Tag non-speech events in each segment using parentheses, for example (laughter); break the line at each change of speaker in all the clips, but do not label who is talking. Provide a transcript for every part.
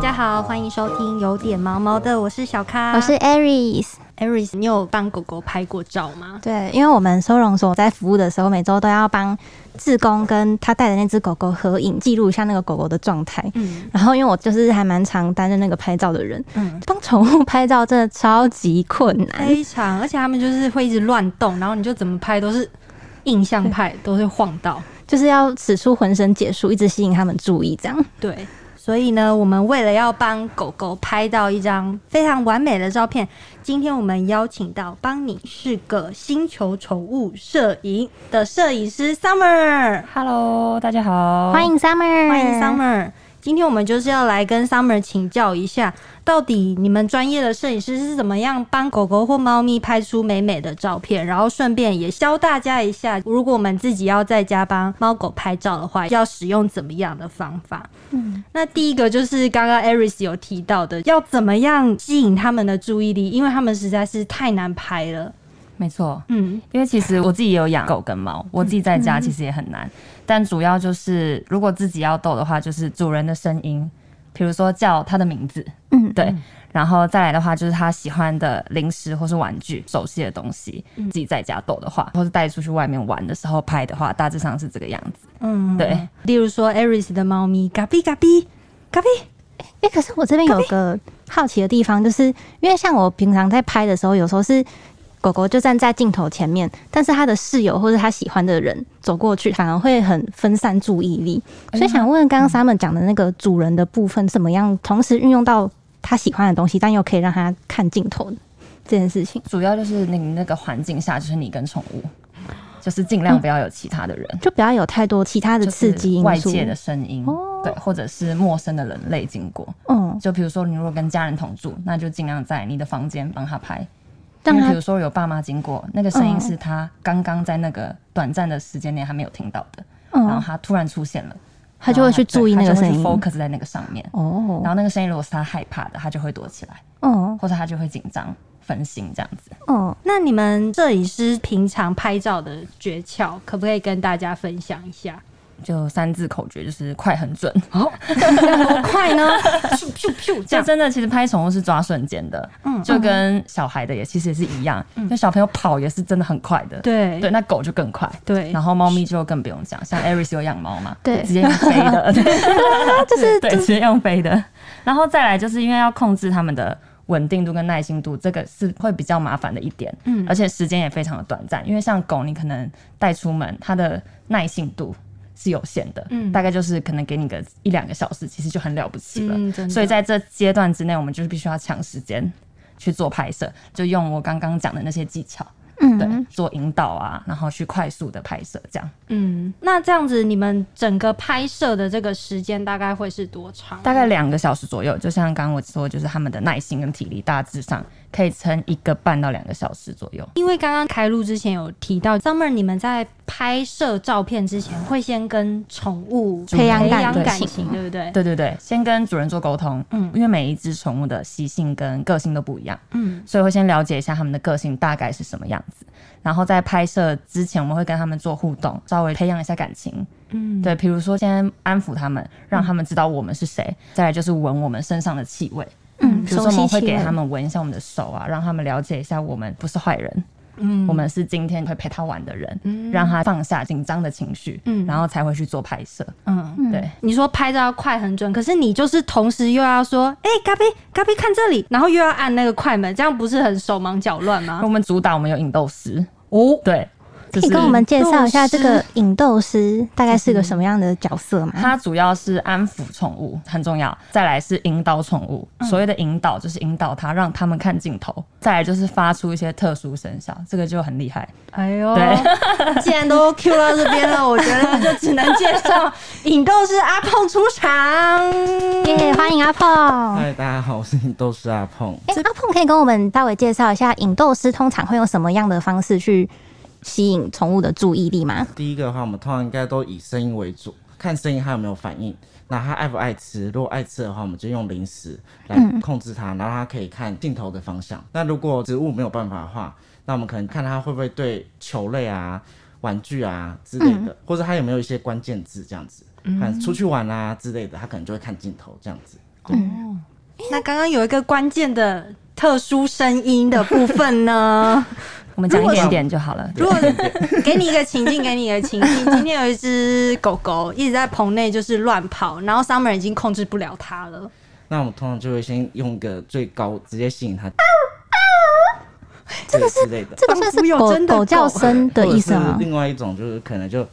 家好，欢迎收听有点毛毛的，我是小咖，
我是 Aries。
Aris。你有帮狗狗拍过照吗？
对，因为我们收容所在服务的时候，每周都要帮志工跟他带的那只狗狗合影，记录一下那个狗狗的状态。
嗯
然后，因为我就是还蛮常担任那个拍照的人，
嗯，
帮宠物拍照真的超级困难。哎
非常，而且他们就是会一直乱动，然后你就怎么拍都是印象派，都是晃到。
就是要使出浑身解数，一直吸引他们注意，这样。
嗯
对，所以呢，我们为了要帮狗狗拍到一张非常完美的照片，今天我们邀请到帮你是个星球宠物摄影的摄影师 Summer，
Hello，大家好，
哦欢。迎 Summer，
欢迎 Summer。今天我们就是要来跟 Summer 请教一下，到底你们专业的摄影师是怎么样帮狗狗或猫咪拍出美美的照片，然后顺便也教大家一下，如果我们自己要在家帮猫狗拍照的话，要使用怎么样的方法？那第一个就是刚刚 Aris 有提到的，要怎么样吸引他们的注意力，因为他们实在是太难拍了。
没错，
嗯，
因为其实我自己也有养狗跟猫，
嗯
我自己在家其实也很难。但主要就是如果自己要逗的话，就是主人的声音，比如说叫它的名字，
嗯，
对。然后再来的话，就是它喜欢的零食或是玩具、熟悉的东西。
嗯
自己在家逗的话，或是带出去外面玩的时候拍的话，大致上是这个样子。
嗯，
对。
例如说 Aris 的猫咪嘎比嘎比嘎比，
哎、可是我这边有个好奇的地方，就是因为像我平常在拍的时候，有时候是狗狗就站在镜头前面，但是它的室友或者它喜欢的人走过去，反而会很分散注意力。
嗯
所以想问，刚刚 Summer 讲的那个主人的部分，怎么样同时运用到他喜欢的东西，但又可以让他看镜头这件事情？
主要就是你那个环境下，就是你跟宠物，就是尽量不要有其他的人。
就不要有太多其他的
就是
刺激因素，
外界的声音，
哦
对，或者是陌生的人类经过。
嗯，
就比如说，你如果跟家人同住，那就尽量在你的房间帮他拍。因
让
为比
他
如说有爸妈经过，那个声音
嗯
是他刚刚在那个短暂的时间内还没有听到的，然
嗯，
后他突然出现了，
他就会去
然后
注意那个
对
声
啊他就
音。
会去 focus 在那个上面。
哦
然，后那个声音如果是他害怕的，他就会躲起来，
哦，
或者他就会紧张、分心这样子。
哦，
那你们摄影师平常拍照的诀窍，可不可以跟大家分享一下？
就三字口诀就是快、很准，
多快呢？咻咻咻，这
就
样。
真的，其实拍宠物是抓瞬间的，
嗯
就跟小孩的也其实也是一样，
嗯
因为小朋友跑也是真的很快的，
对
对，那狗就更快，
对
然后猫咪就更不用讲，像 Aris 有养猫嘛，
对
直接用飞
(laughs)
的，
就是
对，直接用飞的，然后再来就是因为要控制它们的。稳定度跟耐心度，这个是会比较麻烦的一点，
嗯
而且时间也非常的短暂，因为像狗，你可能带出门，它的耐性度是有限的，
嗯
大概就是可能给你个一两个小时，其实就很了不起了，
嗯真的
所以在这阶段之内，我们就是必须要抢时间去做拍摄，就用我刚刚讲的那些技巧，对，
嗯，
做引导啊，然后去快速的拍摄，这样
嗯，那这样子，你们整个拍摄的这个时间大概会是多长？
大概两个小时左右。就像刚刚我说，就是他们的耐心跟体力，大致上可以撑一个半到两个小时左右。
因为刚刚开录之前有提到，Summer，你们在拍摄照片之前会先跟宠物
培养
培
感
养感
情
情，对不对？
对对对，先跟主人做沟通，
嗯
嗯，因为每一只宠物的习性跟个性都不一样，
嗯
所以会先了解一下他们的个性大概是什么样子，然后在拍摄之前，我们会跟他们做互动，稍微培养一下感情，
嗯，
对，比如说先安抚他们，
嗯
让他们知道我们是谁，再来就是闻我们身上的气味。
嗯
比如说
熟
我
悉
们会
气
给
味
他们闻一下我们的手啊，让他们了解一下我们不是坏人，
嗯
我们是今天会陪他玩的人，
嗯
让他放下紧张的情绪，
嗯
然后才会去做拍摄。
嗯，
嗯
对，
你说拍照要快很准，可是你就是同时又要说，哎、嘎比嘎比看这里，然后又要按那个快门，这样不是很手忙脚乱吗
我？们主打我们有引豆师，
哦，
对，就
可以
是
跟我们介绍一下
斗
这
士嗯
个引斗师大概是个什么样的角色吗？
它主要是安抚宠物很重要，再来是引导宠物。
嗯
所谓的引导就是引导它，让他们看镜头，再来就是发出一些特殊声效，这个就很厉害。
哎呦 (laughs)
对，
既然都 Q 到这边了，我觉得就只能介绍引斗士阿碰出场。
耶，欢迎阿碰。
哦哎
嗨，大家好，我是 (laughs) 你豆师阿碰。
哎、阿碰可以跟我们稍微介绍一下引斗师通常会用什么样的方式去吸引宠物的注意力吗？
第一个的话，我们通常应该都以声音为主，看声音它有没有反应，那它爱不爱吃。如果爱吃的话，我们就用零食来
嗯
控制它，然后它可以看镜头的方向。那如果植物没有办法的话，那我们可能看它会不会对球类啊、玩具啊之类
嗯
的，或者它有没有一些关键字这样子，看出去玩啊之类的，它可能就会看镜头这样子。
嗯
那刚刚有一个关键的特殊声音的部分 (laughs) 呢？
我们讲一点点就好了。
如果给你一个情境，给你一个情境，今天有一只狗狗一直在棚内就是乱跑，然后 Summer 已经控制不了它了。
(laughs) 那我们通常就会先用一个最高直接吸引
啊
它，
这个
对之类的，
这个算
仿佛
是
哦有
狗
真的
狗叫
狗
声的意思啊
(laughs) 或者
吗
是？另外一种就是可能就，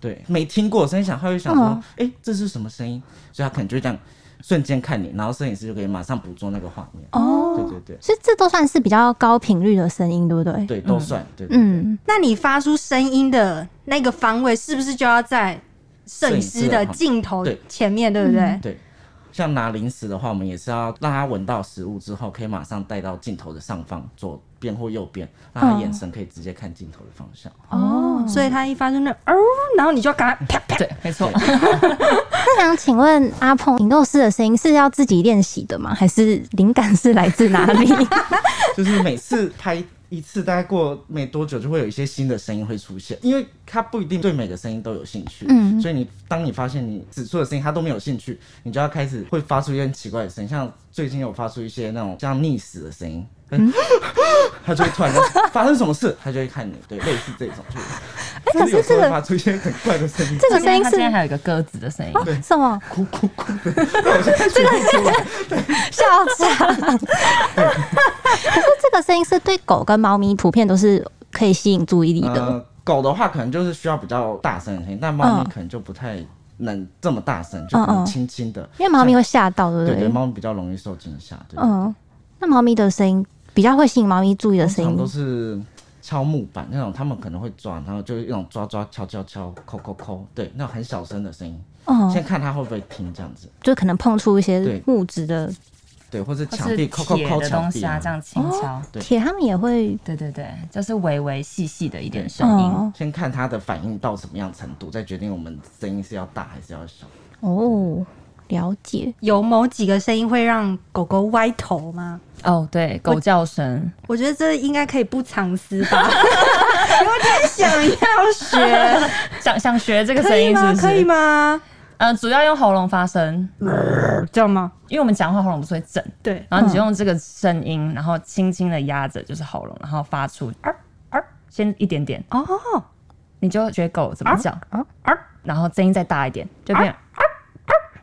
对，没听过声响，他会想说，
嗯
哎、这是什么声音？所以他可能就会这样瞬间看你，然后摄影师就可以马上捕捉那个画面。
哦，
对对
所以这都算是比较高频率的声音，对不对？
对，对都算，对对对
嗯，
那你发出声音的那个方位是不是就要在摄影师的镜头
对
前面，对不
嗯
对？
对。像拿零食的话，我们也是要让他闻到食物之后，可以马上带到镜头的上方，左边或右边，让他眼神可以直接看镜头的方向。
哦，所以它一发出那哦，然后你就要赶快啪啪。
对，没错。
那想请问阿鹏，引豆师的声音是要自己练习的吗？还是灵感是来自哪
(laughs)
里？
就是每次拍一次，大概过没多久就会有一些新的声音会出现，因为他不一定对每个声音都有兴趣，
嗯
所以你当你发现你指出的声音他都没有兴趣，你就要开始会发出一些很奇怪的声音，像最近有发出一些那种像溺死的声音。
(laughs)
他就会突然间发生什么事，他就会看你，对，类似这种，就
可是
有时
哎这
候会
个
发出一些很怪的声音，
这个声音
他
是
现在还有一个鸽子的声音，
哦什么
哭哭哭的，
笑场？可是这个声音是对狗跟猫咪普遍都是可以吸引注意力的。
呃，狗的话可能就是需要比较大声的声音，但猫
嗯
咪可能就不太能这么大声，就可
嗯嗯
能轻轻的，
因为猫咪会吓到，对不
对对，猫咪比较容易受惊吓，对，
嗯，那猫咪的声音比较会吸引猫咪注意的
通
声
常都
音，是
是敲木板那种，他们可能会抓，然后就是那种抓抓敲敲敲敲抠抠抠，对，那种很小声的声音，
哦，
先看它会不会听这样子，
就可能碰触一些
对
物质的
对，或者
或
墙
是
壁抠抠
铁
抠
的
墙
东
壁
西啊，这样轻敲。
对
铁，它们也会
对对对，就是微微细细的一点声音。
哦
先看它的反应到什么样程度，再决定我们声音是要大还是要小。
哦，了解。
有某几个声音会让狗狗歪头吗？
哦，对，狗叫声，
我觉得这应该可以不藏私
(laughs)
吧，有点想要学，
想想学 (laughs) 这个
可
声
以
音是
吗？
不是？
可以吗？
嗯、主要用喉咙发声，
这样吗？
因为我们讲话喉咙不是会震，
对，
然后你就用这个声音，然后轻轻的压着就是喉咙，然后发出啊啊，先一点点，
嗯哦，嗯
你就学狗怎么叫啊啊，然后声音再大一点，就变啊啊，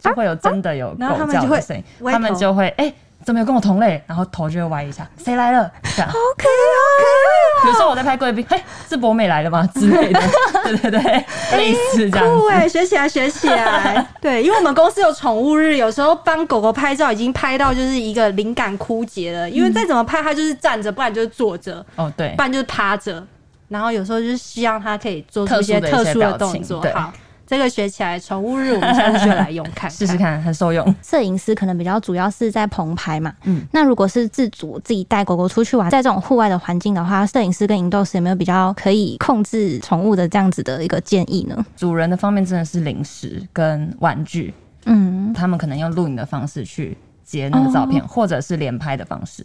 就会有真的有
嗯然后他
狗
们
叫
就会
的声音，
歪
他们
头
就会哎、怎么有跟我同类？然后头就会歪
(laughs)
一下，谁来了？这样。
可以
比如说我在拍贵宾，嘿，是博美来了吗
(laughs)
之类的，对对对，类似这
啊，
样
酷
子。
哎，学起来，学起
(laughs)
来。对，因为我们公司有宠物日，有时候帮狗狗拍照已经拍到就是一个灵感枯竭了，因为再怎么拍它就是站着，不然就是坐着，
哦，嗯对
不，然就是趴着，然后有时候就是希望它可以做出一些
特
特殊
殊的一些
的
表情
动作
对。
好，这个学起来，宠物日我们下次就来用看
(laughs) 试试看，很受用。
摄影师可能比较主要是在棚拍嘛，
嗯
嗯，那如果是自主自己带狗狗出去玩，在这种户外的环境的话，摄影师跟引逗师有没有比较可以控制宠物的这样子的一个建议呢？
主人的方面真的是零食跟玩具，
嗯，
他们可能用录影的方式去截那个照片，或者是连拍的方式。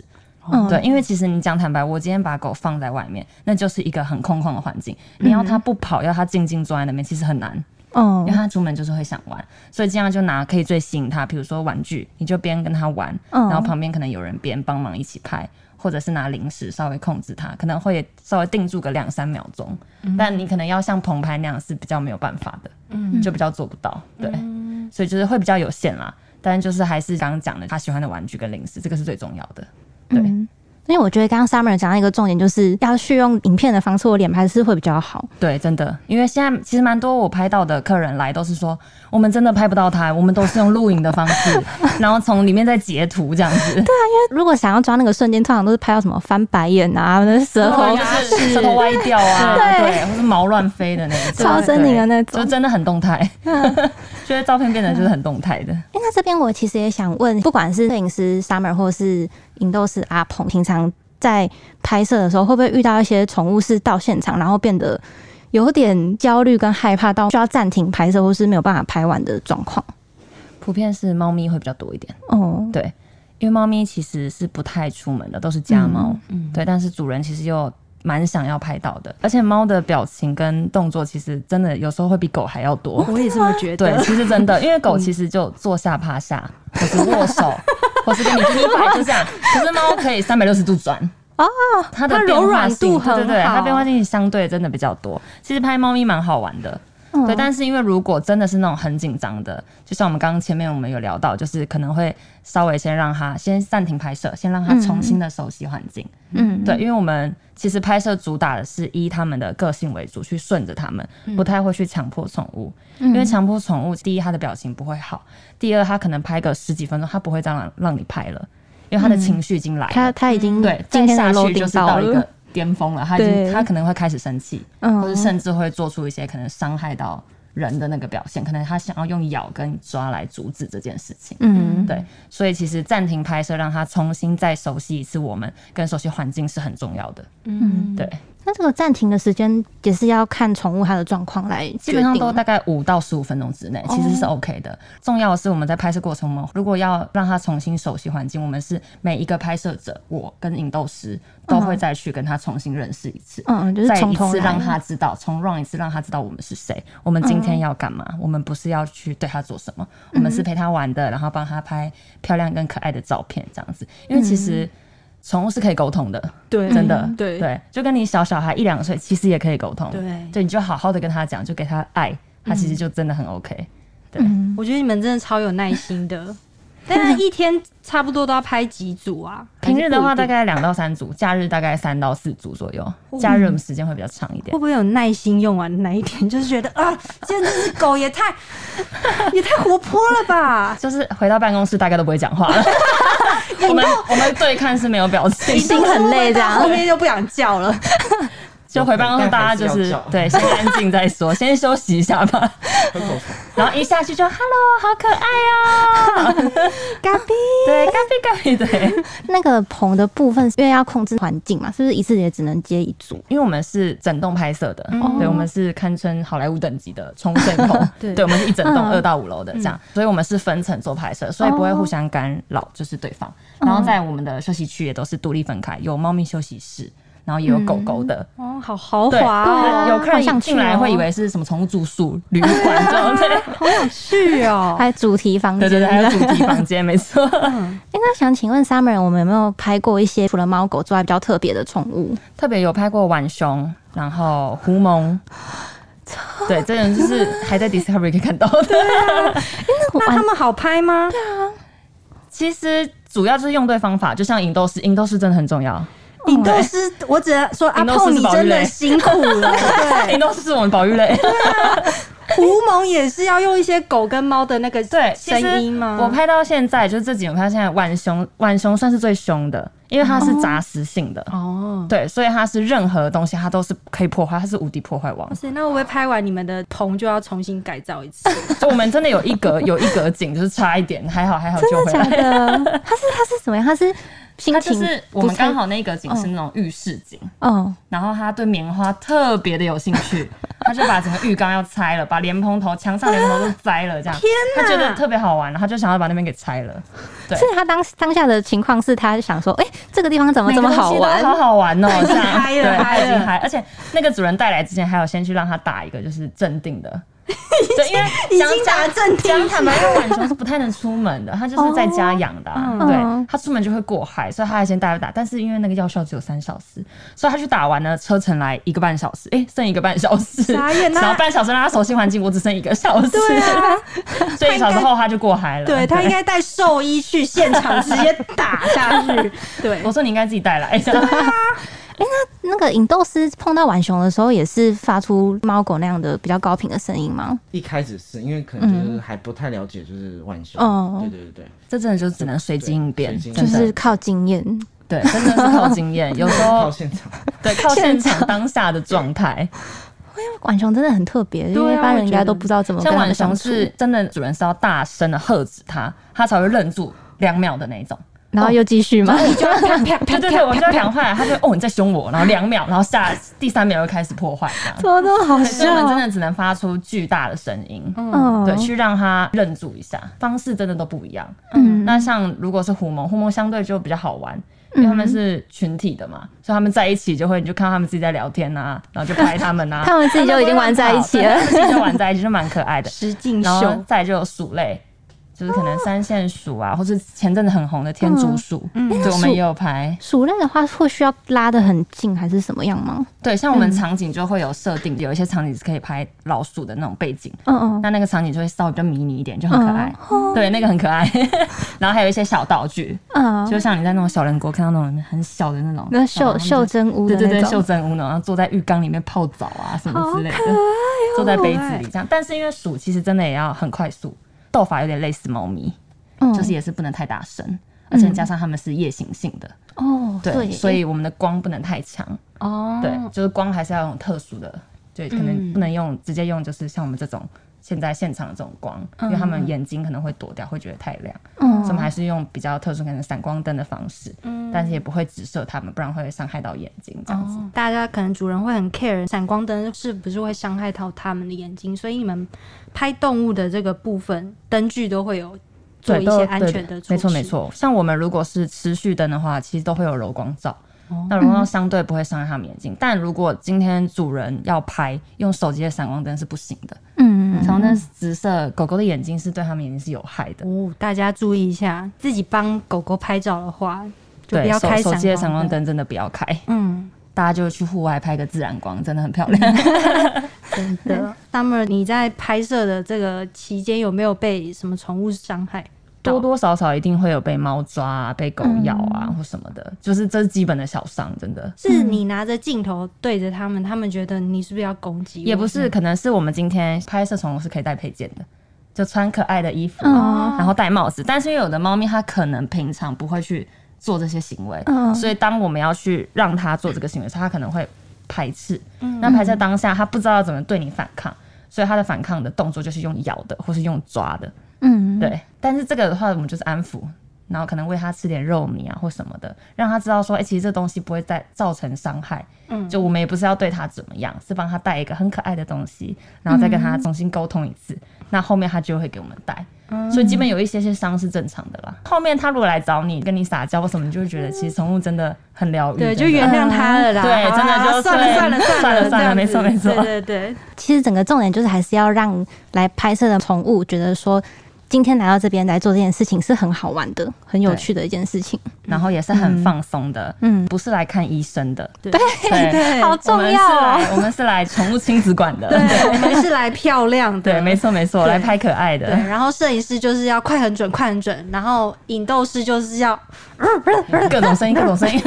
嗯
对，因为其实你讲坦白，我今天把狗放在外面，那就是一个很空旷的环境。你要它不跑，要它静静坐在那边，其实很难。
哦
因为，他出门就是会想玩，所以这样就拿可以最吸引他，比如说玩具，你就边跟他玩，
嗯
然后旁边可能有人边帮忙一起拍，或者是拿零食稍微控制他，可能会稍微定住个两三秒钟，但你可能要像棚拍那样是比较没有办法的，嗯，就比较做不到，对，所以就是会比较有限啦。但就是还是刚刚讲的，他喜欢的玩具跟零食，这个是最重要的。对，
因为我觉得刚刚 Summer 讲到一个重点，就是要去用影片的方式，我脸拍是会比较好。
对，真的，因为现在其实蛮多我拍到的客人来都是说，我们真的拍不到他，我们都是用录影的
(laughs)
方式，然后从里面再截图这样子，
因为如果想要抓那个瞬间，通常都是拍到什么翻白眼啊、那舌
然后
头
就。是舌头歪掉啊，
对
对，或是毛乱飞的那一种，
超狰狞的那种
对就真的很动
(laughs)
态，觉得照片变得就是很动态的。
哎、那这边我其实也想问，不管是摄影师 Summer 或是影斗师阿鹏，平常在拍摄的时候，会不会遇到一些宠物是到现场，然后变得有点焦虑跟害怕，到需要暂停拍摄或是没有办法拍完的状况？
普遍是猫咪会比较多一点，
哦，
嗯对，因为猫咪其实是不太出门的，都是家猫，对，但是主人其实又蛮想要拍到的。而且猫的表情跟动作，其实真的有时候会比狗还要多。
我也这么觉
对
(laughs) 得，。
其实真的，因为
嗯
狗其实就坐下趴下，或是握手， (laughs) 或是跟你拼一排，就这样。可是猫可以三百六十度转。哦，它的
它
变
柔
化
软度
性对对对，
很好
它变化性相对真的比较多。其实拍猫咪蛮好玩的，
嗯
对。但是因为如果真的是那种很紧张的，就像我们刚刚前面我们有聊到，就是可能会稍微先让它先暂停拍摄，先让
嗯
它重新的熟悉环境。
嗯，
对，因为我们其实拍摄主打的是以他们的个性为主，去顺着他们，
嗯
不太会去强迫宠物，因为强迫宠物，第一它的表情不会好，第二它可能拍个十几分钟，它不会再让让你拍了，因为它的情绪已经来
他
了，
他已经
嗯对，
嗯今天
再
的
下
loading
去就是
到
到一个巅峰了，它已经
对
它可能会开始生气，
嗯
或者甚至会做出一些可能伤害到人的那个表现，可能它想要用咬跟抓来阻止这件事情。
嗯，
对，所以其实暂停拍摄，让他重新再熟悉一次我们跟熟悉环境是很重要的。
嗯，
对，
那这个暂停的时间也是要看宠物它的状况来
基
决
本
定吗，哦
上都大概五到十五分钟之内，其实是 OK 的。重要的是我们在拍摄过程，我们如果要让他重新熟悉环境，我们是每一个拍摄者，我跟引逗师都会再去跟他重新认识一次。
嗯，就是
再
从
一
头
次
来嗯
让他知道，重 run 一次让他知道我们是谁，我们今天要干嘛，我们不是要去对他做什么，我们是陪他玩的，然后帮他拍漂亮跟可爱的照片这样子。因为其
嗯
实宠物是可以沟通的，
对，
真的，
嗯对
对，就跟你小小孩一两岁，其实也可以沟通，
对
对，你就好好的跟他讲，就给他爱，他
嗯
其实就真的很 OK。
我觉得你们真的超有耐心
(laughs)
的。但是一天差不多都要拍几组啊？
平日的话大
概
概两到三组，假日大概三到四组左右，
哦
假日我们时间会比较长一
会。
点
不会有耐心用完的那一天， (laughs) 就是觉得啊，今天这只狗也太也太活泼了
(laughs)
吧？
就是回到办公室大概都不会讲话了，我们我们对看是没有表情
一，
心很累这样
后面就不想叫了。
就回办公室大家就
但还是
是
要叫
对先安静再说，先休息一下吧，
喝口水。
然后一下去就 Hello，好可爱哦，
嘎比，
对，干杯干杯，对。
那个棚的部分，因为要控制环境嘛，是不是一次也只能接一组？
因为我们是整栋拍摄的，对，我们是堪称好莱坞等级的冲绳控，
对
我们是一整栋二到五楼的这样，所以我们是分层做拍摄，所以不会互相干扰，就是对方。然后在我们的休息区也都是独立分开，有猫咪休息室，然后也有狗狗的，
哦，好豪
对，
华哦，
有客
好
人
想去
进来
哦
会以为是什么宠物住宿旅馆这 (laughs) 样，对
好想去哦。
还有主题房
对
间。
对对，还有
哎
主题房间，没错。
那想请问 Summer，我们有没有拍过一些除了猫狗之外比较特别的宠物？
(laughs) 特别有拍过浣熊，然后狐 (laughs) 獴。对，这人就是还在 Discovery 可以看到的。 (laughs)
那他们好拍吗？
啊其实主要就是用对方法，就像引逗师，引逗师真的很重 (laughs) 要。
引
哦
逗师，我只能说阿
引逗师
碰
哎是
你
宝
真
玉
的
类
辛苦
(laughs)
了。对，
引逗师是我们保育类。
胡蒙也是要用一些狗跟猫的那个
(laughs) 对，其实
声音吗？
我拍到现在，就是这几年拍到现在，浣熊浣熊算是最凶的，因为它是杂食性的。
哦。
对，所以它是任何东西它都是可以破坏，它是无敌破坏王
哇。塞，那会不会拍完你们的棚就要重新改造一次？
(laughs) 就我们真的有一格有一格景，就是差一点，还好还好救
真的
回
假
来。 (laughs)
的？它是它是怎么样？它是心
它就
情
是我
不嗯
们
是
刚好那一格景是那种浴室景，
哦，
然后他对棉花特别的有兴
(laughs)
趣，他就把整个浴缸要拆了，把莲蓬头、墙上莲蓬头都摘了，这样。天
哪
他觉得特别好玩，然后他就想要把那边给拆了。对
是他当当下的情况是他想说，哎、这个地
哦
方怎么这么
每个
好
东西都
玩？
好好玩
(laughs)
哦！这样
嗨了
对，
嗨
他
了
已经嗨，而且那个主人带来之前，还有先去让他打一个就是镇定的，对，因为
已
讲
经打镇定剂哦
讲坦白，因为浣熊是不太能出门的，它就是在家养的啊、
嗯
对，它出门就会过海，所以它还先带它打。但是因为那个药效只有三小时，所以它去打完呢，车程来一个半小时，哎、剩一个半小时，
傻眼啊
然后半小时让它熟悉环境，我只剩一个小时，
(laughs) 对啊，
所以一小时后它就过海了。
对他应该带兽医去现
(laughs)
场直接打下去。对，
我说你应该自己带
(laughs)
来， (laughs) 这样
那个引斗师碰到浣熊的时候，也是发出猫狗那样的比较高频的声音吗？
一开始是因为可能
嗯
就是还不太了解，就是浣熊。
哦
对对对对，
这真的就只能随机应变，
对随机应
真
就
的
是靠经验。
对，真的是靠经 (laughs) 验，有时
到
候
现场
对靠现场当下的状态。
浣熊真的很特别，因
对
为
啊
一般人应该都不知道怎么跟
像
它
浣
们相
熊
处，
是真的，主人是要大声的喝止它，它才会愣住两秒的那一种。
然后又继续嘛。
你就要啪啪
对
啪
对对，我
啪
们就要两坏，它就哦你在凶我，然后两秒，然后下第三秒又开始破坏这样。
怎么都好
所以我们
笑
真，的只能发出巨大的声音，
啊嗯，
对，去让它愣住一下。方式真的都不一样。
嗯，
那像如果是狐獴，狐獴相对就比较好玩，因为他们是群体的嘛，所以他们在一起就会，你就看到他们自己在聊天啊，然后就拍他
(laughs)
们啊，
他们自己就已经玩在一起了
他们自己就玩在一起，就蛮可爱
(laughs)
的。
实境
然后
秀，
再来就有鼠类，就是可
哦
能三线鼠啊，或是前阵子很红的天竺鼠，
嗯
对，我们也有拍。
鼠类的话，会需要拉得很近，还是什么样吗？
对，像
嗯
我们场景就会有设定，有一些场景是可以拍老鼠的那种背景，
嗯嗯，
那那个场景就会稍微比较迷你一点，就很可爱。
哦
对，那个很可爱。 (laughs) 然后还有一些小道具，
嗯，
就像你在那种小人国看到那种很小的那种，
那袖袖珍屋的
对对
那
对，袖
种，
珍屋呢，然后坐在浴缸里面泡澡啊什么之类的，
哦
坐在杯子里这样。但是因为鼠其实真的也要很快速，斗法有点类似猫咪，
嗯
就是也是不能太大声，而且加上它们是夜行性的，
哦，
对，
对，
所以我们的光不能太强，
哦，
对，就是光还是要用特殊的，对，可
嗯
能不能用直接用，就是像我们这种。现在现场的这种光，因为他们眼睛可能会躲掉，会觉得太亮，
嗯
所以我们还是用比较特殊，可能闪光灯的方式，但是也不会直射他们，不然会伤害到眼睛这样子。
大家可能主人会很 care 闪光灯是不是会伤害到他们的眼睛，所以你们拍动物的这个部分，灯具都会有做
对，
一
都
些
有
安
对
全的措施。
没错没。错，像我们如果是持续灯的话，其实都会有柔光罩。
哦
那柔光罩相对不会伤害他们眼睛，但如果今天主人要拍用手机的闪光灯是不行的，
嗯，
闪光灯是直射狗狗的眼睛是对他们眼睛是有害的。
哦，大家注意一下，自己帮狗狗拍照的话，就不
对
要
手
开
手机的闪
闪
光
光。
灯真的不要开，
嗯，
大家就去户外拍个自然光，真的很漂亮。
真的。Summer，你在拍摄的这个期间有没有被什么宠物伤害到？
(laughs) 多多少少一定会有被猫抓啊、被狗咬啊、
嗯
或什么的，就是这是基本的小伤，真的。
是你拿着镜头对着他们，他们觉得你是不是要攻击我？
也不
嗯
是，可能是我们今天拍摄宠物是可以带配件的，就穿可爱的衣服，
哦
然后戴帽子。但是因为有的猫咪它可能平常不会去做这些行为，
嗯
所以当我们要去让它做这个行为的时候，它可能会排斥。
嗯
那排斥当下，它不知道怎么对你反抗，所以它的反抗的动作就是用咬的或是用抓的。
嗯，
对，但是这个的话，我们就是安抚，然后可能喂它吃点肉糜啊或什么的，让它知道说，哎、其实这东西不会再造成伤害。嗯，就我们也不是要对它怎么样，是帮它带一个很可爱的东西，然后再跟它重新沟通一次，那后面它就会给我们带。所以基本有一些些伤是正常的啦。后面它如果来找你，跟你撒娇或什么，你就会觉得其实宠物真的很疗
嗯
愈。
对，
真
就
的
原谅他了啦。
对
好啦
真的就
好啦算了
是
算了
算
了
了算了
这样子
没错没错
对对对，
其实整个重点就是还是要让来拍摄的宠物觉得说，今天来到这边来做这件事情是很好玩的、很有趣的一件事情。
然后也是很放松的，
嗯
嗯，不是来看医生的，
对
对
好重要哦
我们是来我们是来宠物亲子馆的，
(laughs)
对，我们是来漂亮的，
对，没错没错，来拍可爱
对。
的。
然后摄影师就是要快很准，快很准。然后引逗师就是 (laughs) 要
(laughs) 各种声音，各种声音，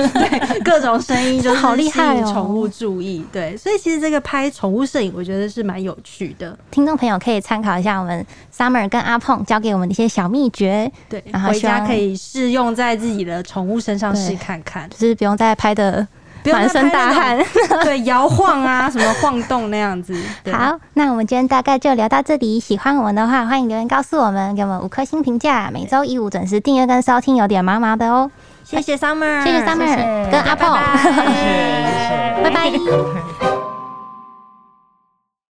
各种声音，就是
好厉害哦
吸引宠物注意。对，所以其实这个拍宠物摄影，我觉得是蛮有趣的。
听众朋友可以参考一下我们 Summer 跟阿碰教给我们的一些小秘诀，
对，
然后
回
啊希
家
望
可以试用在自己的宠物身上
对
试看看，
就是不用再拍的
不用
满
再
身
拍
大
那种
汗。
对，摇晃啊，什么晃动那样子。 (laughs)
(laughs)
对，
好，那我们今天大概就聊到这里。喜欢我们的话，欢迎留言告诉我们，给我们五颗星评价。每周一五准时订阅跟收听，有点毛毛的哦。
嗯谢谢 Summer，
谢谢 Summer 跟阿
拜
碰，
拜。
谢谢。
(laughs) 拜拜。